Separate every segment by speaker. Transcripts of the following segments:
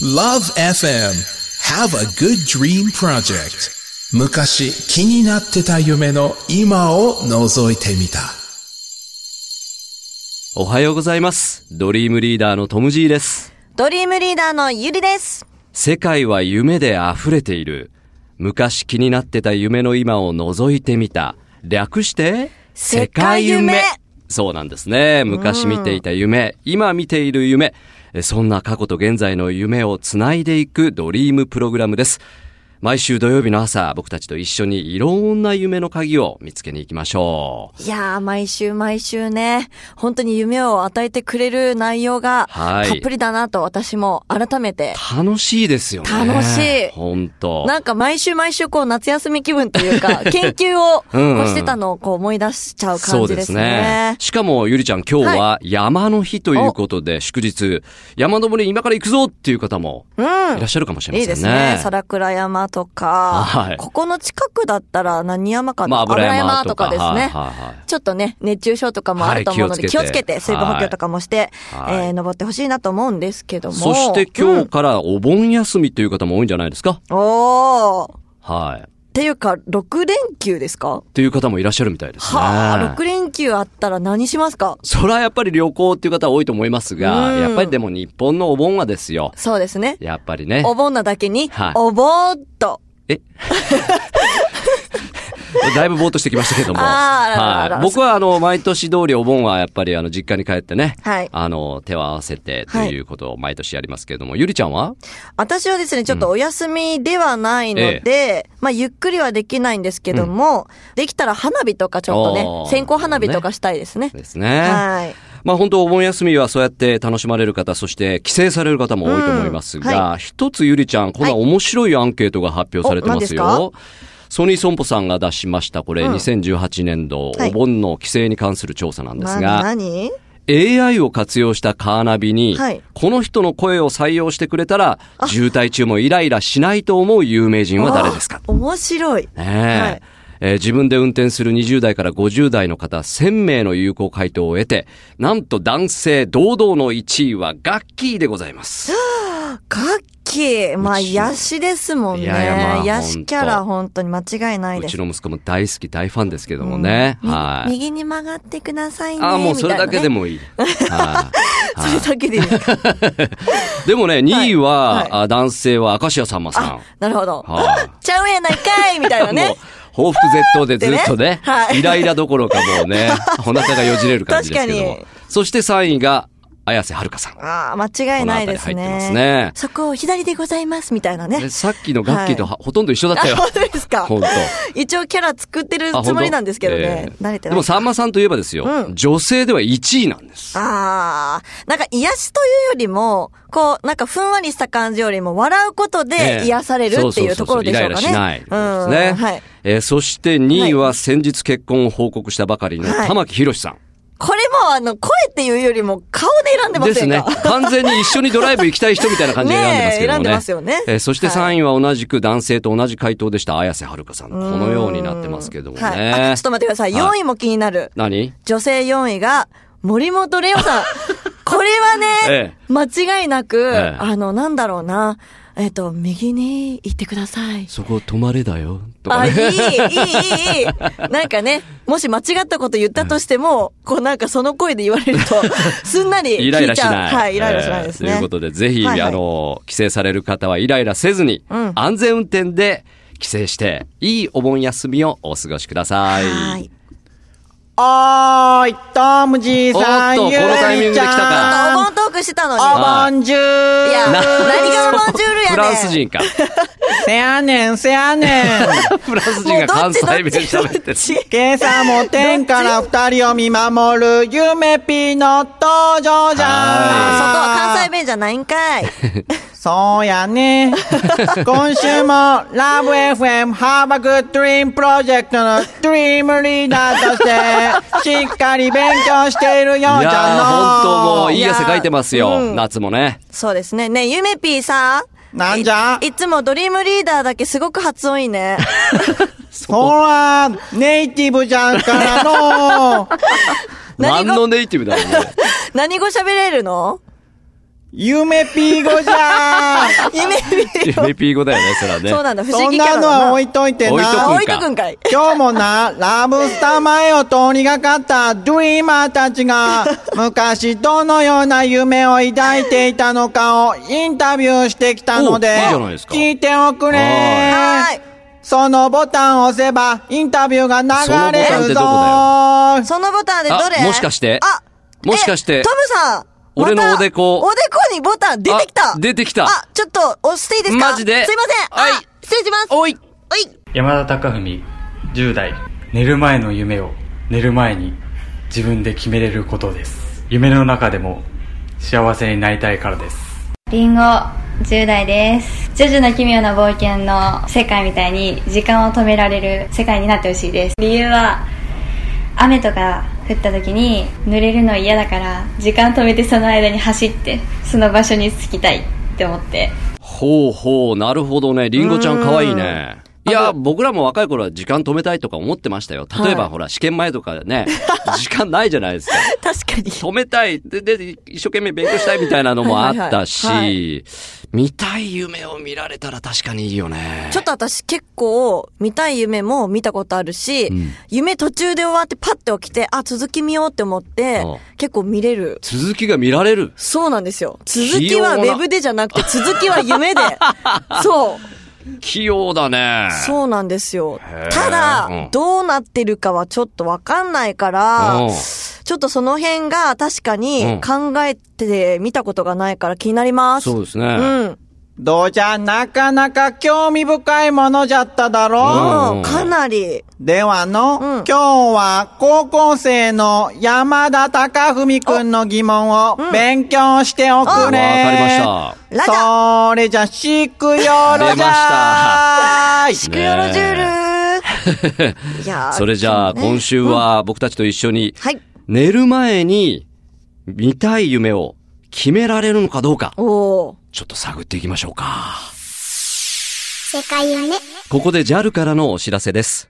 Speaker 1: Love FM Have a Good Dream Project 昔気になってた夢の今を覗いてみた
Speaker 2: おはようございます。ドリームリーダーのトム・ジーです。
Speaker 3: ドリームリーダーのゆりです。
Speaker 2: 世界は夢で溢れている。昔気になってた夢の今を覗いてみた。略して、
Speaker 3: 世界夢
Speaker 2: そうなんですね。昔見ていた夢、今見ている夢。えそんな過去と現在の夢をつないでいくドリームプログラムです。毎週土曜日の朝、僕たちと一緒にいろんな夢の鍵を見つけに行きましょう。
Speaker 3: いやー、毎週毎週ね、本当に夢を与えてくれる内容が、
Speaker 2: はい
Speaker 3: たっぷりだなと私も改めて。
Speaker 2: 楽しいですよね。
Speaker 3: 楽しい
Speaker 2: 本当。
Speaker 3: なんか毎週毎週こう夏休み気分という か、研究をこうしてたのをこう思い出しちゃう感じですね。
Speaker 2: しかも、ゆりちゃん、今日は山の日ということで、祝日、山登り今から行くぞっていう方も、いらっしゃるかもしれま
Speaker 3: いい
Speaker 2: せ
Speaker 3: で
Speaker 2: ん
Speaker 3: す
Speaker 2: ね。
Speaker 3: ね。皿倉山とか、
Speaker 2: はい
Speaker 3: ここの近くだったら何山かな、
Speaker 2: まあ、油山
Speaker 3: 山
Speaker 2: と
Speaker 3: と
Speaker 2: か
Speaker 3: かですね。
Speaker 2: はいはいはい
Speaker 3: ちょっとね、熱中症とかもあると思うので、
Speaker 2: はい気
Speaker 3: 気
Speaker 2: を
Speaker 3: を
Speaker 2: つ
Speaker 3: つ
Speaker 2: けて
Speaker 3: けて水分補給とかもして、
Speaker 2: はいはい
Speaker 3: えー、登ってほしいなと思うんですけども。
Speaker 2: そして今
Speaker 3: う
Speaker 2: 日
Speaker 3: ん
Speaker 2: からお盆休みという方も多いんじゃないですか、
Speaker 3: おー。っ
Speaker 2: はい。
Speaker 3: ていうか、6連休ですか
Speaker 2: という方もいらっしゃるみたいですね。
Speaker 3: はあ、6連休あったら何しますか
Speaker 2: それはやっぱり旅行っていう方多いと思いますが、
Speaker 3: うん
Speaker 2: やっぱりでも日本のお盆はですよ。
Speaker 3: そうですね。
Speaker 2: やっぱりね。
Speaker 3: お盆なだけに、
Speaker 2: はい
Speaker 3: おぼーっと。
Speaker 2: えだいぶぼーっとしてきましたけども。
Speaker 3: あーあらあらあら
Speaker 2: はい僕はあの、毎年通りお盆はやっぱりあの、実家に帰ってね。
Speaker 3: はい
Speaker 2: あの、手を合わせてということを毎年やりますけれども、ゆりちゃんは
Speaker 3: 私はですね、ちょっとお休みではないので、まあ、ゆっくりはできないんですけども、できたら花火とかちょっと
Speaker 2: お
Speaker 3: ね
Speaker 2: ー、
Speaker 3: 線香花火とかしたいですね。
Speaker 2: ですね。
Speaker 3: はい。
Speaker 2: まあ本当お盆休みはそうやって楽しまれる方、そして帰省される方も多いと思います
Speaker 3: うん
Speaker 2: が、一、つゆりちゃん、こんな面白いアンケートが発表されてます
Speaker 3: お何
Speaker 2: よ。ソニーソンポさんが出しました、これ、2018年度、
Speaker 3: はい
Speaker 2: お盆の帰省に関する調査なんですが、
Speaker 3: まあ、何
Speaker 2: AI を活用したカーナビに、
Speaker 3: はい
Speaker 2: この人の声を採用してくれたら、渋滞中もイライラしないと思う有名人は誰ですか
Speaker 3: あ面白い。
Speaker 2: ねえ
Speaker 3: はい
Speaker 2: えー自分で運転する20代から50代の方1000名の有効回答を得て、なんと男性堂々の1位はガッキーでございます。
Speaker 3: ガッキー、まあ、
Speaker 2: うち
Speaker 3: ヤシですもんね。
Speaker 2: いやいやまあ
Speaker 3: ヤシキャラ、本当に間違いないうで
Speaker 2: ち
Speaker 3: す。
Speaker 2: の息子も大好き、大ファンですけどもね。
Speaker 3: み
Speaker 2: はい。
Speaker 3: 右に曲がってくださいね。
Speaker 2: ああ、もうそれだけで
Speaker 3: も。
Speaker 2: もいい。は
Speaker 3: それだけでいいですか。
Speaker 2: い。でもね、2位は、
Speaker 3: はい
Speaker 2: あ男性は明石家さんまさん
Speaker 3: あ。、なるほど。
Speaker 2: はい
Speaker 3: ちゃうやないかいみたいな
Speaker 2: もう
Speaker 3: ね。
Speaker 2: 報復絶倒でずっとね、
Speaker 3: ってねはい
Speaker 2: イライラどころかもうね、お腹がよじれる感じですけども
Speaker 3: 確か。
Speaker 2: そして3位が、綾瀬はるかさん。
Speaker 3: ああ、間違いないです
Speaker 2: この辺り入ってます
Speaker 3: ね。
Speaker 2: ね
Speaker 3: そこを左でございます、みたいなね
Speaker 2: で。さっきのガッキーとはほとんど一緒だっ
Speaker 3: あ
Speaker 2: た、よ。
Speaker 3: 本当ですか
Speaker 2: 本当。
Speaker 3: 一応キャラ作ってる
Speaker 2: あ
Speaker 3: つもりなんですけどね
Speaker 2: 本。当
Speaker 3: 慣れ
Speaker 2: で
Speaker 3: てない
Speaker 2: も。さんまさんといえばですよ、
Speaker 3: うん
Speaker 2: 女性では1位なんです。
Speaker 3: ああ、なんか癒しというよりも、こう、なんかふんわりした感じよりも、笑うこと
Speaker 2: え
Speaker 3: で
Speaker 2: え
Speaker 3: 癒される
Speaker 2: そ
Speaker 3: っていう
Speaker 2: そそ
Speaker 3: とこ
Speaker 2: そ
Speaker 3: ろでしょうかね。
Speaker 2: イライラしないということ
Speaker 3: う
Speaker 2: で
Speaker 3: ん
Speaker 2: すね。
Speaker 3: はい。
Speaker 2: えーそして2位は先日結婚を報告したばかりの
Speaker 3: はい
Speaker 2: 玉木宏さん。
Speaker 3: これもあの、声っていうよりも顔で選んでま
Speaker 2: です
Speaker 3: せん
Speaker 2: ね
Speaker 3: か。
Speaker 2: 完全に一緒にドライブ行きたい人みたいな感じで選んでますけどもね。
Speaker 3: ねえ選んでますよ ね
Speaker 2: えーそして3位は同じく男性と同じ回答でした綾瀬はるかさん。このようになってますけどもね。
Speaker 3: はい。あちょっと待ってください。
Speaker 2: はい
Speaker 3: 4位も気になる。
Speaker 2: 何
Speaker 3: 女性4位が、森本レ オさん。これはね、
Speaker 2: え
Speaker 3: 間違いなく、
Speaker 2: ええ
Speaker 3: あの、なんだろうな。えっと、右に行ってください。
Speaker 2: そこ止まれだよ。とか
Speaker 3: あ、いい、い
Speaker 2: ね。
Speaker 3: い、いい、いい。なんかね、もし間違ったこと言ったとしても、こうなんかその声で言われる と、すんなり聞
Speaker 2: イ
Speaker 3: いち
Speaker 2: ラ
Speaker 3: ゃう。
Speaker 2: イラしない。
Speaker 3: はい、イライラしないです
Speaker 2: え
Speaker 3: ね。
Speaker 2: ーということで、ぜひ、
Speaker 3: はいはい
Speaker 2: あの、帰省される方はイライラせずに、
Speaker 3: うん
Speaker 2: 安全運転で帰省して、いいお盆休みをお過ごしください。
Speaker 3: はい。
Speaker 4: おーい、トムジーさん、
Speaker 2: おっと
Speaker 4: ゆ
Speaker 2: このタイミングで
Speaker 4: りち
Speaker 2: 来た
Speaker 3: あ
Speaker 4: ゃ
Speaker 3: お
Speaker 4: ん。
Speaker 3: 盆トークしてたのに。
Speaker 4: おぼんじゅー。
Speaker 3: いや、
Speaker 2: な
Speaker 3: 何がお盆ジュールやねん。
Speaker 2: フランス人 か。
Speaker 4: せやねん、せや ねん。
Speaker 2: フランス人が関西弁で喋ってる。
Speaker 4: 今朝も天から二人を見守る、ゆめぴーの登場
Speaker 3: あそこ
Speaker 4: じ
Speaker 3: は
Speaker 4: ゃん。
Speaker 3: 関西弁じゃない んかい。
Speaker 4: そうやね。今週も、ラブ FM Have a Good Dream Project の Dream リーダーと して、しっかり勉強しているよう
Speaker 2: い
Speaker 4: じ
Speaker 2: や
Speaker 4: ゃ
Speaker 2: ー、本
Speaker 4: の
Speaker 2: 当もうい
Speaker 3: い
Speaker 2: い
Speaker 3: やー
Speaker 2: 汗かいてますよ、
Speaker 3: うん
Speaker 2: 夏もね。
Speaker 3: そうですね。ねえ、ゆめぴーさん。
Speaker 4: なんじゃ
Speaker 3: いいつもドリームリーダーだけすごく発音いいね。
Speaker 4: ほら、ネイティブじゃんからの。
Speaker 2: 何
Speaker 3: 何が
Speaker 2: のネイティブだろうね。
Speaker 3: 何語喋れるの
Speaker 4: 夢ピーゴじゃー
Speaker 3: 夢見よう
Speaker 2: 夢ピー語だよね、そらね。
Speaker 3: そうなんだ、不思
Speaker 4: そん
Speaker 3: 議キャ
Speaker 4: な
Speaker 3: ラ
Speaker 4: の
Speaker 3: だ
Speaker 4: は
Speaker 3: な。
Speaker 4: 置いといて
Speaker 2: 置いとく
Speaker 4: な。
Speaker 2: ん
Speaker 3: 置いとくんかい。
Speaker 4: 今日もな、ラブスター前を通りがかったドリーマーたちが、昔どのような夢を抱いていたのかをインタビューしてきたので、
Speaker 2: おいいじゃないですか
Speaker 4: 聞いておくれ
Speaker 2: は
Speaker 3: ーい
Speaker 4: そのボタンを押せば、インタビューが流れる
Speaker 2: そのボ
Speaker 4: ぞ
Speaker 3: そのボタンでどれ
Speaker 2: あもしかして
Speaker 3: あ
Speaker 2: もしかして
Speaker 3: えトムさん
Speaker 2: 俺の
Speaker 3: また
Speaker 2: おでこ
Speaker 3: おでこにボタン出てきた
Speaker 2: あ出てきた
Speaker 3: あ、ちょっと押していいですか
Speaker 2: マジです
Speaker 3: いません
Speaker 2: は
Speaker 3: あ
Speaker 2: い、
Speaker 3: 失礼します
Speaker 2: おい
Speaker 3: おい
Speaker 5: 山田貴文10代寝る前の夢を寝る前に自分で決めれることです夢の中でも幸せになりたいからです
Speaker 6: リンゴ10代ですジョジョの奇妙な冒険の世界みたいに時間を止められる世界になってほしいです理由は雨とか降った時に濡れるの嫌だから時間止めてその間に走ってその場所に着きたいって思って
Speaker 2: ほうほう、なるほどね。りんごちゃん可愛いね。いや、僕らも若い頃は時間止めたいとか思ってましたよ。例えば、ほら、試験前とかね、 時間ないじゃないですか。
Speaker 3: 確かに。
Speaker 2: 止めたい。で、で、一生懸命勉強したいみたいなのもあったし、
Speaker 3: はいはいは
Speaker 2: 見たい夢を見られたら確かにいいよね。
Speaker 3: ちょっと私結構見たい夢も見たことあるし、夢途中で終わってパッて起きて、あ、続き見ようって思って
Speaker 2: うん、
Speaker 3: 結構見れる。
Speaker 2: 続きが見られる。
Speaker 3: そうなんですよ。続きはウ
Speaker 2: 器用な
Speaker 3: ェブでじゃなくて、続きは夢 で。そう。
Speaker 2: 器用だね。
Speaker 3: そうなんですよ
Speaker 2: へー。
Speaker 3: ただ、
Speaker 2: うん
Speaker 3: どうなってるかはちょっとわかんないから、
Speaker 2: うん
Speaker 3: ちょっとその辺が確か
Speaker 2: うん
Speaker 3: に考えてみたことがないから気になります。
Speaker 2: そうですね。
Speaker 3: うん。
Speaker 4: どうじゃ、なかなか興味深いものじゃっただろ
Speaker 2: ん
Speaker 4: う、
Speaker 3: うん、かなり。
Speaker 4: ではの、
Speaker 3: うん
Speaker 4: 今日は高校生の山田貴文くんの疑問を勉強しておく
Speaker 2: わか
Speaker 4: れ。
Speaker 2: りました。
Speaker 3: ラジャ
Speaker 4: それじゃ、しくよろじ
Speaker 2: 出ま
Speaker 4: ゃーい
Speaker 3: シクヨロジュールいやー
Speaker 2: それじゃあ、
Speaker 3: 今日ね
Speaker 2: 今週は僕たちと一緒に、
Speaker 3: はい。
Speaker 2: 寝る前に見たい夢を決められるのかどうか、
Speaker 3: おー。
Speaker 2: ちょっと探っていきましょうか。
Speaker 7: 世界夢
Speaker 2: ここで JAL からのお知らせです。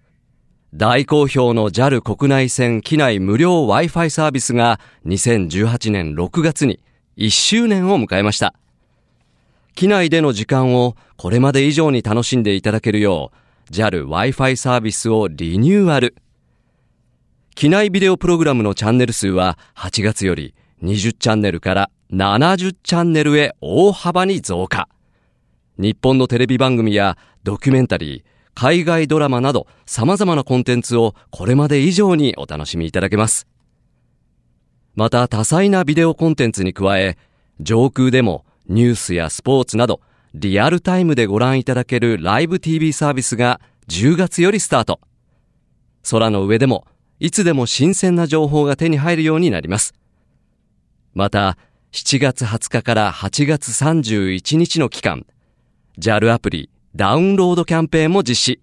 Speaker 2: 大好評の JAL 国内線機内無料 Wi-Fi サービスが2018年6月に1周年を迎えました。機内での時間をこれまで以上に楽しんでいただけるよう JAL Wi-Fi サービスをリニューアル。機内ビデオプログラムのチャンネル数は8月より20チャンネルから70チャンネルへ大幅に増加。日本のテレビ番組やドキュメンタリー、海外ドラマなど様々なコンテンツをこれまで以上にお楽しみいただけます。また多彩なビデオコンテンツに加え、上空でもニュースやスポーツなどリアルタイムでご覧いただけるライブ TV サービスが10月よりスタート。空の上でもいつでも新鮮な情報が手に入るようになります。また、7月20日から8月31日の期間、JAL アプリダウンロードキャンペーンも実施。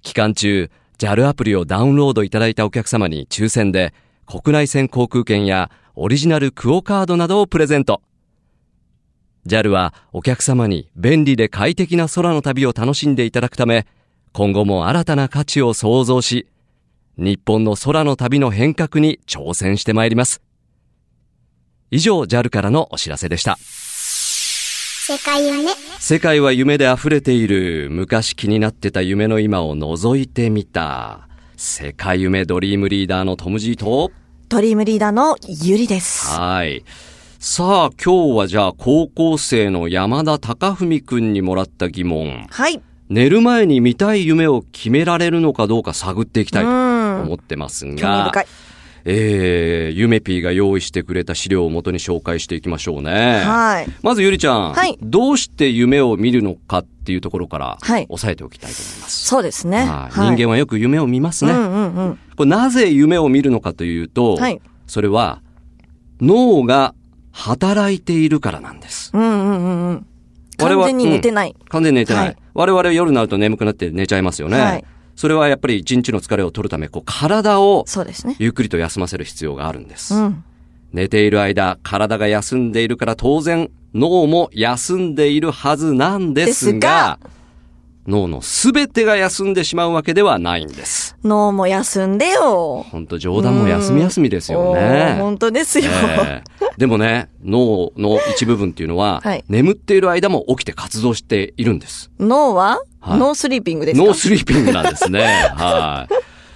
Speaker 2: 期間中、JAL アプリをダウンロードいただいたお客様に抽選で国内線航空券やオリジナルクオカードなどをプレゼント。JAL はお客様に便利で快適な空の旅を楽しんでいただくため、今後も新たな価値を創造し、日本の空の旅の変革に挑戦してまいります。以上 JAL からのお知らせでした。
Speaker 7: 世界夢
Speaker 2: 世界は夢で溢れている。昔気になってた夢の今を覗いてみた。世界夢ドリームリーダーのトム・ジーと。
Speaker 3: ドリームリーダーのゆりです。
Speaker 2: はい。さあ、今日はじゃあ高校生の山田隆文くんにもらった疑問。
Speaker 3: はい。
Speaker 2: 寝る前に見たい夢を決められるのかどうか探っていきたいと思ってます
Speaker 3: 興味
Speaker 2: が。
Speaker 3: 深い。
Speaker 2: えー、ゆめぴーが用意してくれた資料をもとに紹介していきましょうね。
Speaker 3: はい
Speaker 2: まずゆりちゃん。
Speaker 3: はい
Speaker 2: どうして夢を見るのかっていうところから、
Speaker 3: はい
Speaker 2: 押さえておきたいと思います。
Speaker 3: そうですね。
Speaker 2: はい人間はよく夢を見ますね。
Speaker 3: うんうんうん。
Speaker 2: これなぜ夢を見るのかというと、
Speaker 3: はい
Speaker 2: それは脳が働いているからなんです。
Speaker 3: うんうんうんうん。
Speaker 2: 我々
Speaker 3: 完全に寝てない。
Speaker 2: 完全に寝てない。
Speaker 3: はい
Speaker 2: 我々夜になると眠くなって寝ちゃいますよね。
Speaker 3: はい
Speaker 2: それはやっぱり一日の疲れを取るため、こう体を
Speaker 3: そうですね。
Speaker 2: ゆっくりと休ませる必要があるんです。
Speaker 3: うん。
Speaker 2: 寝ている間、体が休んでいるから当然、脳も休んでいるはずなんですが、
Speaker 3: ですが
Speaker 2: 脳のすべてが休んでしまうわけではないんです。
Speaker 3: 脳も休んでよ。
Speaker 2: 本当冗談も休み休みですよ
Speaker 3: おー
Speaker 2: ね。
Speaker 3: 本当ですよ。
Speaker 2: ええでもね、脳の一部分っていうのは、
Speaker 3: はい
Speaker 2: 眠っている間も起きて活動しているんです。
Speaker 3: 脳は、
Speaker 2: はい
Speaker 3: ノースリーピングですか
Speaker 2: ノースリーピングなんですね。 はい。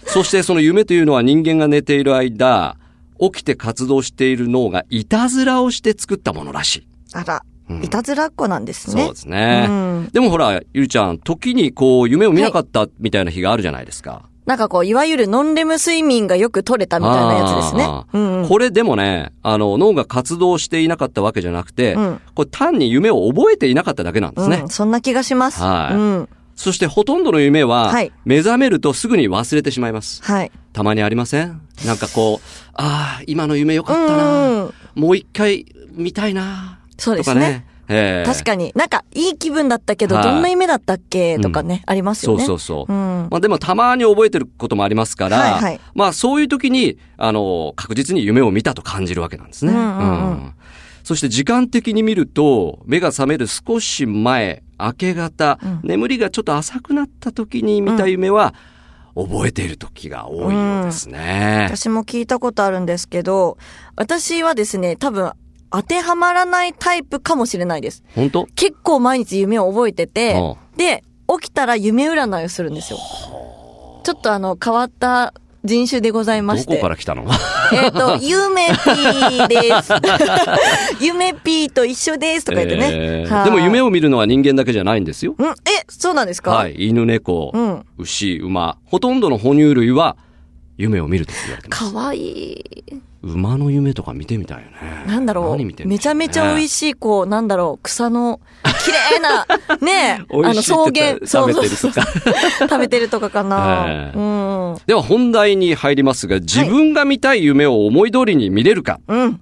Speaker 2: そしてその夢というのは人間が寝ている間、起きて活動している脳がいたずらをして作ったものらしい。
Speaker 3: あら
Speaker 2: う、ん
Speaker 3: いたずらっ子なんですね。
Speaker 2: そうですね。
Speaker 3: うん
Speaker 2: でもほら、ゆりちゃん、時にこう、夢を見なかったみたいな日があるじゃないですか。
Speaker 3: なんかこう、いわゆるノンレム睡眠がよく取れたみたいなやつですね
Speaker 2: あ。
Speaker 3: う
Speaker 2: ー
Speaker 3: んうん。
Speaker 2: これでもね、あの、脳が活動していなかったわけじゃなくて、
Speaker 3: うん
Speaker 2: これ単に夢を覚えていなかっただけなんですね。
Speaker 3: うん、そんな気がします。
Speaker 2: はい
Speaker 3: うん。
Speaker 2: そしてほとんどの夢は、
Speaker 3: はい
Speaker 2: 目覚めるとすぐに忘れてしまいます。
Speaker 3: はい。
Speaker 2: たまにありませんなんかこう、ああ、今の夢良かった
Speaker 3: うんう。
Speaker 2: なんもう一回見たいな。
Speaker 3: そうです
Speaker 2: とか
Speaker 3: ね。
Speaker 2: ええ
Speaker 3: 確かに。なんか、いい気分だったけど、
Speaker 2: はい
Speaker 3: どんな夢だったっけとかね、あります
Speaker 2: そ
Speaker 3: よ
Speaker 2: う
Speaker 3: ね。
Speaker 2: そうそう。
Speaker 3: うん
Speaker 2: まあでもたまに覚えてることもありますから、
Speaker 3: はいはい
Speaker 2: まあそういう時に、あの、確実に夢を見たと感じるわけなんですね。
Speaker 3: うんうんうん
Speaker 2: そして時間的に見ると、目が覚める少し前、明け方、眠りがちょっと浅くなった時に見た夢は、覚えている時が多いようですね。
Speaker 3: 私も聞いたことあるんですけど、私はですね、多分、当てはまらないタイプかもしれないです。
Speaker 2: 本当
Speaker 3: 結構毎日夢を覚えてて
Speaker 2: あ、
Speaker 3: で、起きたら夢占いをするんですよ。ちょっとあの、変わった人種でございま
Speaker 2: ど
Speaker 3: して。
Speaker 2: こから来た の
Speaker 3: えっ、と、 ゆめぴー です。ゆめぴーと一緒ですとか言ってね。
Speaker 2: えーでも夢
Speaker 3: を。
Speaker 2: を見るのは人間だけじゃないんですよ。
Speaker 3: うん、え、そうなんですか
Speaker 2: は。い。犬、猫、
Speaker 3: うん
Speaker 2: 牛、馬、ほとんどの哺乳類は夢を見ると言われてます。
Speaker 3: かわいい。
Speaker 2: 馬の夢とか見てみたいよね。
Speaker 3: なんだろ
Speaker 2: 何見て
Speaker 3: う。
Speaker 2: るんで
Speaker 3: めち
Speaker 2: しょ
Speaker 3: ゃ
Speaker 2: うね
Speaker 3: めちゃ美味しい、こう、なんだろう、草の、綺 麗な、ねえ、
Speaker 2: 美味しいって言ったら
Speaker 3: そうそ
Speaker 2: 食べてると
Speaker 3: う
Speaker 2: か
Speaker 3: そうそう食べてるとか かな。
Speaker 2: ええ
Speaker 3: うん。
Speaker 2: では本題に入りますが、自分が見たい夢を思い通りに見れるか、
Speaker 3: うん。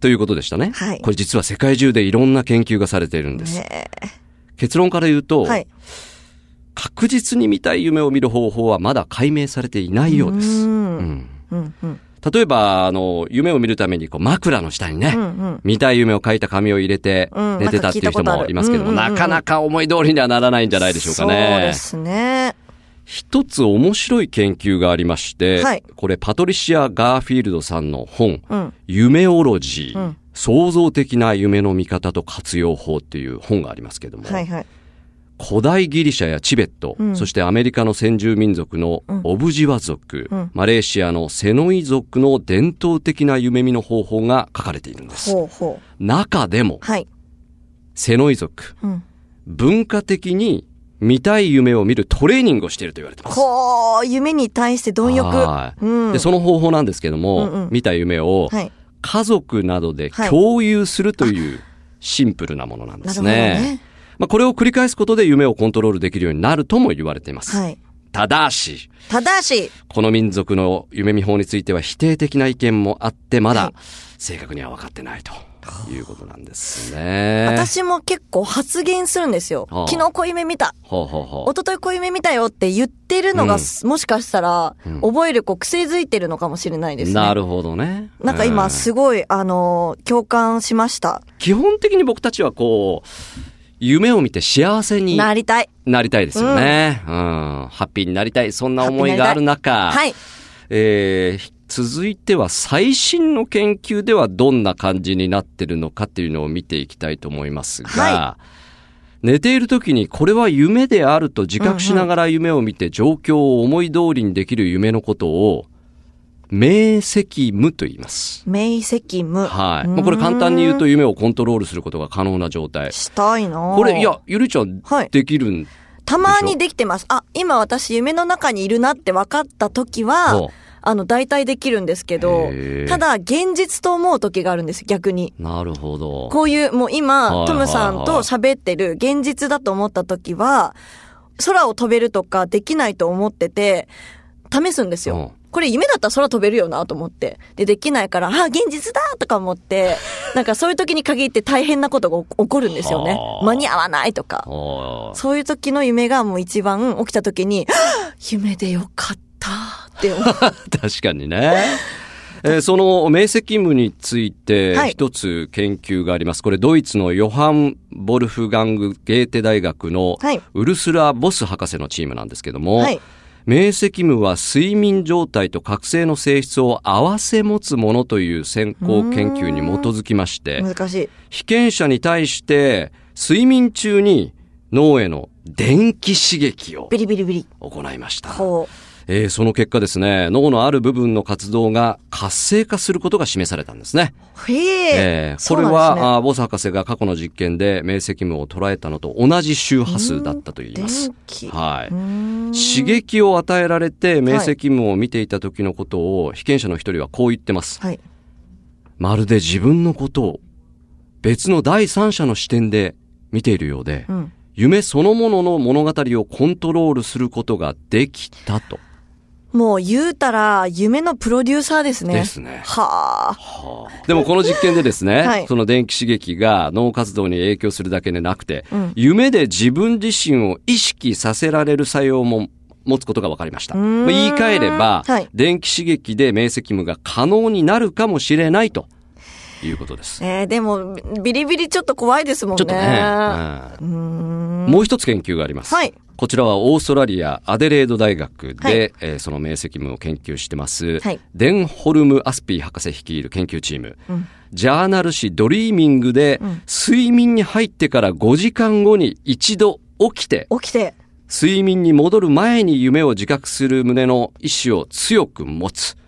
Speaker 2: ということでしたね。
Speaker 3: はい
Speaker 2: これ実は世界中でいろんな研究がされているんです。
Speaker 3: ね
Speaker 2: 結論から言うと、
Speaker 3: はい。
Speaker 2: 確実に見たい夢を見る方法はまだ解明されていないようです。
Speaker 3: うん
Speaker 2: うん
Speaker 3: うん、うん、
Speaker 2: 例えば、あの、夢を見るためにこう枕の下にね、
Speaker 3: うん、うん。
Speaker 2: 見たい夢を書いた紙を入れて
Speaker 3: うん
Speaker 2: 寝てたっていう人
Speaker 3: なんか聞いたことあ
Speaker 2: も
Speaker 3: る
Speaker 2: いますけども、
Speaker 3: うんうんうんう
Speaker 2: なんかなか思い通りにはならないんじゃないでしょうかね。
Speaker 3: そうですね。
Speaker 2: 一つ面白い研究がありまして、
Speaker 3: はい
Speaker 2: これパトリシア・ガーフィールドさんの本、
Speaker 3: うん。
Speaker 2: 夢オロジー、
Speaker 3: うん
Speaker 2: 創造的な夢の見方と活用法っていう本がありますけども、
Speaker 3: はい、はい。
Speaker 2: 古代ギリシャやチベット、
Speaker 3: うん
Speaker 2: そしてアメリカの先住民族の
Speaker 3: うん
Speaker 2: オブジワ族、
Speaker 3: うん
Speaker 2: マレーシアのセノイ族の伝統的な夢見の方法が書かれているんです。
Speaker 3: ほうほう。
Speaker 2: 中でも、
Speaker 3: はい。
Speaker 2: セノイ族、
Speaker 3: うん。
Speaker 2: 文化的に見たい夢を見るトレーニングをしていると言われてます。
Speaker 3: こう、夢に対して貪欲。
Speaker 2: はい
Speaker 3: うん。
Speaker 2: で、その方法なんですけども、
Speaker 3: うんうん
Speaker 2: 見た夢を
Speaker 3: はい。
Speaker 2: 家族などで
Speaker 3: はい
Speaker 2: 共有するというシンプルなものなんで
Speaker 3: なる
Speaker 2: す
Speaker 3: ほど
Speaker 2: ね。
Speaker 3: ね。
Speaker 2: まあ、これを繰り返すことで夢をコントロールできるようになるとも言われています。
Speaker 3: はい。
Speaker 2: ただし、
Speaker 3: ただし、
Speaker 2: この民族の夢見法については否定的な意見もあって、まだ正確には分かってないということなんですね。
Speaker 3: 私も結構発言するんですよ
Speaker 2: ああ。
Speaker 3: 昨日小夢見た。
Speaker 2: ほうほうほう
Speaker 3: 一昨日小夢見たよって言ってるのが、もしかしたら、
Speaker 2: うん
Speaker 3: 覚える子癖づいてるのかもしれないですね。
Speaker 2: なるほどね。
Speaker 3: なんか
Speaker 2: う
Speaker 3: 今すごい、あのー、共感しました。
Speaker 2: 基本的に僕たちはこう、夢を見て幸せに
Speaker 3: なりたい。
Speaker 2: なりたいですよね。うん。ハッピーになりたい。そんな思いがある中、
Speaker 3: はい。
Speaker 2: えー続いては最新の研究ではどんな感じになってるのかっていうのを見ていきたいと思いますが、
Speaker 3: は
Speaker 2: 寝ている時にこれは夢であると自覚しながら夢を見て状況を思い通りにできる夢のことを、明晰夢と言います。
Speaker 3: 明晰夢。
Speaker 2: はい。まあ、これ簡単に言うと夢をコントロールすることが可能な状態。
Speaker 3: したいなぁ
Speaker 2: これ、いや、、ゆりちゃん
Speaker 3: はい、
Speaker 2: できるん、
Speaker 3: たまにできてます。あ、今私夢の中にいるなって分かった時
Speaker 2: ほう
Speaker 3: は、あの、大体できるんですけど
Speaker 2: へー、
Speaker 3: ただ、現実と思う時があるんです、逆に。
Speaker 2: なるほど。
Speaker 3: こういう、もう
Speaker 2: はいはいは
Speaker 3: 今、
Speaker 2: い
Speaker 3: トムさんと喋ってる現実だと思った時は、空を飛べるとかできないと思ってて、試すんですよ。
Speaker 2: う
Speaker 3: これ夢だったら空飛べるよなと思って。で、できないから、あ、現実だとか思って、なんかそういう時に限って大変なことが起起こるんですよね
Speaker 2: は。あ
Speaker 3: 間に合わないとか。
Speaker 2: あー
Speaker 3: そういう時の夢がもう一番起きた時に、 はぁ夢でよかったっ て思う。
Speaker 2: 確かにね。えーその明晰夢について
Speaker 3: はい
Speaker 2: 一つ研究があります。これドイツのヨハン・ボルフガング・ゲーテ大学の
Speaker 3: はい
Speaker 2: ウルスラ・ボス博士のチームなんですけども、
Speaker 3: はい
Speaker 2: 明晰夢は睡眠状態と覚醒の性質を合わせ持つものという先行研究に基づきまして、
Speaker 3: 難しい。
Speaker 2: 被験者に対して睡眠中に脳への電気刺激を
Speaker 3: ビリビリビリ。
Speaker 2: 行いました。
Speaker 3: ほ
Speaker 2: えーその結果ですね、脳のある部分の活動が活性化することが示されたんですね。
Speaker 3: う。へえ。
Speaker 2: えーこれは、あーボス博士が過去の実験で明晰夢を捉えたのと同じ周波数だったと言います
Speaker 3: 電。気。
Speaker 2: はいう
Speaker 3: ー。ん
Speaker 2: 刺激を与えられて明晰夢を見ていた時のことを被験者の一人はこう言ってます。
Speaker 3: はい。
Speaker 2: まるで自分のことを別の第三者の視点で見ているようで、
Speaker 3: うん。
Speaker 2: 夢そのものの物語をコントロールすることができたと。
Speaker 3: もう言うたら、夢のプロデューサーですね。
Speaker 2: ですね
Speaker 3: はあ。
Speaker 2: でもこの実験でですね、
Speaker 3: はい
Speaker 2: その電気刺激が脳活動に影響するだけでなくて、
Speaker 3: うん
Speaker 2: 夢で自分自身を意識させられる作用も持つことが分かりました。
Speaker 3: うー
Speaker 2: ま
Speaker 3: ん
Speaker 2: あ言い換えれば、
Speaker 3: はい
Speaker 2: 電気刺激で明晰夢が可能になるかもしれないということです。
Speaker 3: えー、でも、ビリビリちょっと怖いですもんね。
Speaker 2: ちょっとね、うんもう一つ研究があります。
Speaker 3: はい
Speaker 2: こちらはオーストラリア、アデレード大学で、
Speaker 3: はい
Speaker 2: えーその明晰夢を研究してます、
Speaker 3: はい
Speaker 2: デン・ホルム・アスピー博士率いる研究チーム、
Speaker 3: ん
Speaker 2: ジャーナル誌ドリーミングで、
Speaker 3: ん
Speaker 2: 睡眠に入ってから5時間後に一度起きて、
Speaker 3: 起きて。
Speaker 2: 睡眠に戻る前に夢を自覚する胸の意志を強く持つ。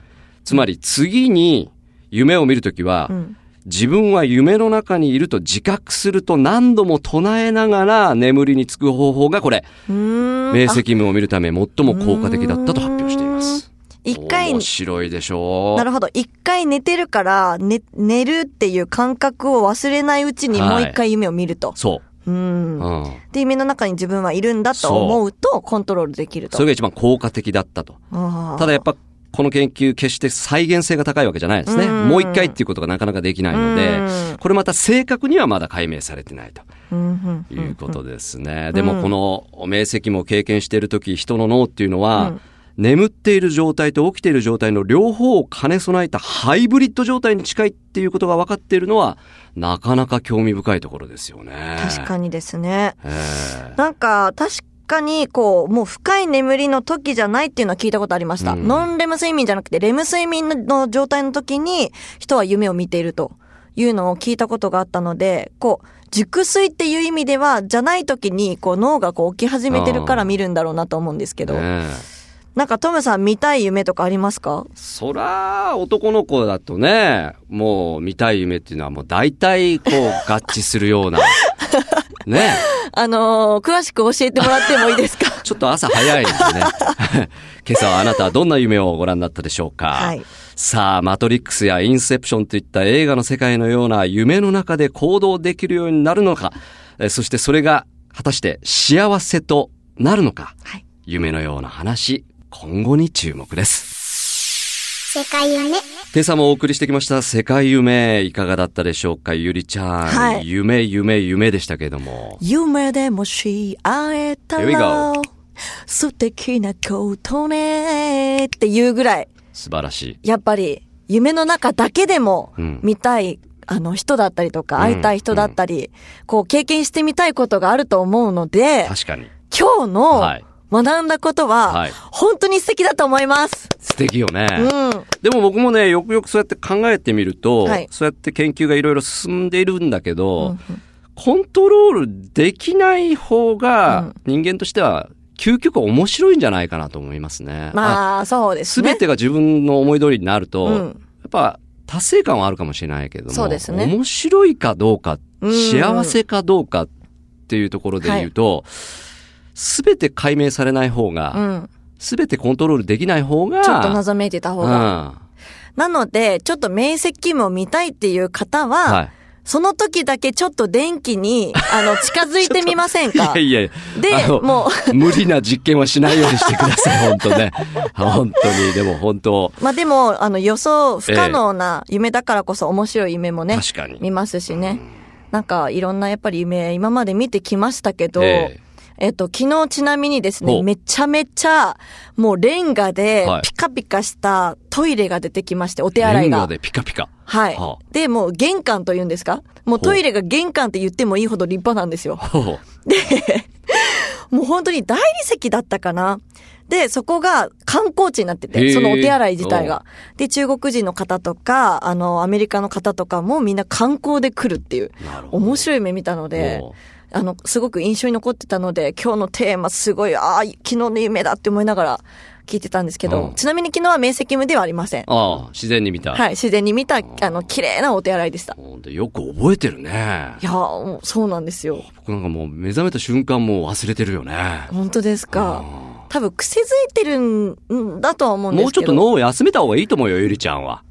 Speaker 2: つまり次に夢を見るときは、
Speaker 3: ん
Speaker 2: 自分は夢の中にいると自覚すると何度も唱えながら眠りにつく方法がこれ、
Speaker 3: うーん。
Speaker 2: 明晰夢を見るため最も効果的だったと発表しています。
Speaker 3: 一回
Speaker 2: 面、白いでしょう。
Speaker 3: なるほど。一回寝てるから、ね、寝るっていう感覚を忘れないうちに
Speaker 2: はい
Speaker 3: もう一回夢を見ると。
Speaker 2: そうう。
Speaker 3: ん。
Speaker 2: うん。
Speaker 3: で、夢の中に自分はいるんだと思うと、コントロールできると。
Speaker 2: それが一番効果的だったと。
Speaker 3: た
Speaker 2: ただやっぱ、この研究決して再現性が高いわけじゃないですね。
Speaker 3: うん
Speaker 2: もう一回っていうことがなかなかできないの
Speaker 3: う
Speaker 2: で
Speaker 3: ん、
Speaker 2: これまた正確にはまだ解明されてないと
Speaker 3: うんうん
Speaker 2: いうことですね。でもこの明晰夢を経験しているとき、人の脳っていうのは、眠っている状態と起きている状態の両方を兼ね備えたハイブリッド状態に近いっていうことが分かっているのは、なかなか興味深いところですよね。
Speaker 3: 確かにですね。
Speaker 2: ええ
Speaker 3: なんか、確かに、こう、もう深い眠りの時じゃないっていうのは聞いたことありました。
Speaker 2: うん
Speaker 3: ノンレム睡眠じゃなくて、レム睡眠の状態の時に、人は夢を見ているというのを聞いたことがあったので、こう、熟睡っていう意味では、じゃない時に、こう、脳がこう、起き始めてるから見るんだろうなと思うんですけど、
Speaker 2: ねえ
Speaker 3: なんか、トムさん見たい夢とかありますか
Speaker 2: そら、男の子だとね、もう見たい夢っていうのはもう大体こう合致するよ うな。ね。
Speaker 3: あのー詳しく教えてもらってもいい ですか
Speaker 2: ちょっと朝早いんでね。 今朝はあなたはどんな夢をご覧になったでしょうか。
Speaker 3: はい
Speaker 2: さあ、マトリックスやインセプションといった映画の世界のような夢の中で行動できるようになるのか。えそしてそれが果たして幸せとなるのか。
Speaker 3: はい
Speaker 2: 夢のような話、今後に注目です。
Speaker 7: 世界夢
Speaker 2: 今朝もお送りしてきました世界夢、いかがだったでしょうかゆりちゃん。
Speaker 3: はい
Speaker 2: 夢、夢、夢でしたけれども。
Speaker 3: 夢でもし会えた
Speaker 2: Here we
Speaker 3: ら
Speaker 2: go
Speaker 3: 素敵なことねっていうぐらい、
Speaker 2: 素晴らしい。
Speaker 3: やっぱり夢の中だけでも
Speaker 2: うん
Speaker 3: 見たい、あの人だったりとか、
Speaker 2: うん
Speaker 3: 会いたい人だったり、こう経験してみたいことがあると思うので、
Speaker 2: 確かに。
Speaker 3: 今日
Speaker 2: はい
Speaker 3: の学んだことは
Speaker 2: はい、
Speaker 3: 本当に素敵だと思います。
Speaker 2: 素敵よね。
Speaker 3: うん。
Speaker 2: でも僕もね、よくよくそうやって考えてみると、
Speaker 3: はい
Speaker 2: そうやって研究がいろいろ進んでいるんだけど、コントロールできない方が人間としては究極面白いんじゃないかなと思いますね。
Speaker 3: まあ、そうです
Speaker 2: す
Speaker 3: ね。
Speaker 2: べてが自分の思い通りになると、
Speaker 3: うん
Speaker 2: やっぱ達成感はあるかもしれないけども、
Speaker 3: そうですね
Speaker 2: 面白いかどうか、
Speaker 3: うん
Speaker 2: 幸せかどうかっていうところで言うと、すべて解明されない方
Speaker 3: う
Speaker 2: が、
Speaker 3: ん。
Speaker 2: すべてコントロールできない方が、
Speaker 3: ちょっと謎めいてた方
Speaker 2: うん、
Speaker 3: が。
Speaker 2: は
Speaker 3: なので、ちょっと明晰夢を見たいっていう方は、
Speaker 2: い。
Speaker 3: その時だけちょっと電気 に、あの、近づいてみません
Speaker 2: い
Speaker 3: か
Speaker 2: やいやいや
Speaker 3: で
Speaker 2: あの
Speaker 3: も
Speaker 2: 無理な実験はしないようにしてくださ い、本当ね。本当に、でも本当、
Speaker 3: まあでも、あの、予想不可能な夢だからこそ面白い夢もね、
Speaker 2: 確かに
Speaker 3: 見ますしね。なんか、いろんなやっぱり夢、今まで見てきましたけど、
Speaker 2: ええ
Speaker 3: えっと、昨日ちなみにです
Speaker 2: ほ
Speaker 3: ね、
Speaker 2: う
Speaker 3: めちゃめちゃ、もうレンガで
Speaker 2: はい
Speaker 3: ピカピカしたトイレが出てきまして、お手洗
Speaker 2: レ
Speaker 3: い
Speaker 2: ン
Speaker 3: が。
Speaker 2: ガでピカピカ。
Speaker 3: はい、
Speaker 2: は
Speaker 3: で、もう玄関というんですかもうトイレが玄関って言ってもいいほど立派なんですよ。
Speaker 2: あ。ほうほう
Speaker 3: もう本当に大理石だったかな。で、そこが観光地になって
Speaker 2: へー
Speaker 3: て、そのお手洗い自体が。で、中国人の方とか、あの、アメリカの方とかもみんな観光で来るっていう
Speaker 2: なる、ほど
Speaker 3: 面白い目見たので
Speaker 2: おう、
Speaker 3: あの、すごく印象に残ってたので、今日のテーマすごい、ああ、昨日の夢だって思いながら聞いてたんですけ
Speaker 2: う
Speaker 3: ど
Speaker 2: ん、
Speaker 3: ちなみに昨日は明晰夢ではありません。
Speaker 2: ああ、自然に見た。
Speaker 3: はい、自然に見た、あの、綺麗なお手洗いでした。
Speaker 2: ほんで。よく覚えてるね
Speaker 3: い。やーもうそうなんですよ。
Speaker 2: 僕なんかもう目覚めた瞬間もう忘れてるよね。
Speaker 3: 本当ですか。多分癖づいてるんだとは思うんで
Speaker 2: も
Speaker 3: す
Speaker 2: うちょ
Speaker 3: け
Speaker 2: っと
Speaker 3: ど。
Speaker 2: 脳を休めた方がいいと思うよ、ゆりちゃん は。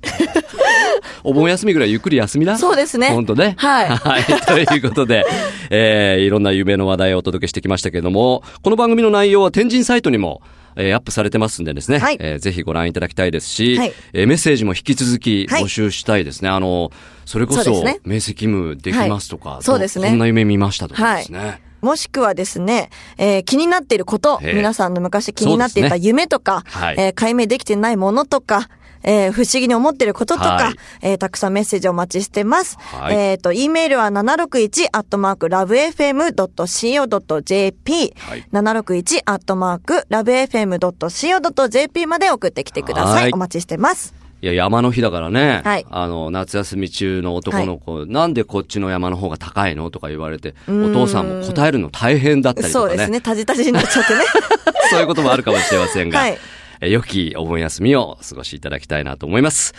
Speaker 2: お盆休みぐらいゆっくり休みな。
Speaker 3: そうですね
Speaker 2: 本当ね。
Speaker 3: は い
Speaker 2: はい。ということで、えー、いろんな夢の話題をお届けしてきましたけれども、この番組の内容は天神サイトにも、えーアップされてますんでですね、
Speaker 3: はい
Speaker 2: えーぜひご覧いただきたいですし、
Speaker 3: はい
Speaker 2: えーメッセージも引き続き
Speaker 3: はい
Speaker 2: 募集したいですね。あの、それこ
Speaker 3: そう
Speaker 2: そ、
Speaker 3: ですね
Speaker 2: 明晰夢できますとか、
Speaker 3: はいそうですね
Speaker 2: こんな夢見ましたとかですね。
Speaker 3: もしくはですね、えー気になっていること、
Speaker 2: ええ
Speaker 3: 皆さんの昔気になってい
Speaker 2: そ
Speaker 3: た
Speaker 2: うです
Speaker 3: 夢とか、
Speaker 2: はい
Speaker 3: えー解明できてないものとか、えー不思議に思っていることとか、
Speaker 2: はい
Speaker 3: えーたくさんメッセージお待ちしてます。
Speaker 2: はい
Speaker 3: えっ、と、e メールは761アットマークラブ FM.co.jp、
Speaker 2: はい
Speaker 3: 761アットマークラブ FM.co.jp まで送ってきてくださ
Speaker 2: はい
Speaker 3: い。お待ちしてます。
Speaker 2: いや、山の日だからね。
Speaker 3: はい
Speaker 2: あの、夏休み中の男の子、なんでこっちの山の方が高いのとか言われて、お父さんも答えるの大変だったりと
Speaker 3: そ
Speaker 2: か
Speaker 3: う
Speaker 2: ね。
Speaker 3: ですね。タジタジになっちゃってね。
Speaker 2: そういうこともあるかもしれませんが、
Speaker 3: はい
Speaker 2: え良きお盆休みをお過ごしいただきたいなと思います。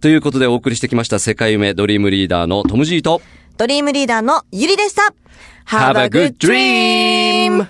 Speaker 2: ということでお送りしてきました世界夢ドリームリーダーのトム・ジーと
Speaker 3: ドリームリーダーのゆりでした。
Speaker 2: Have a good dream!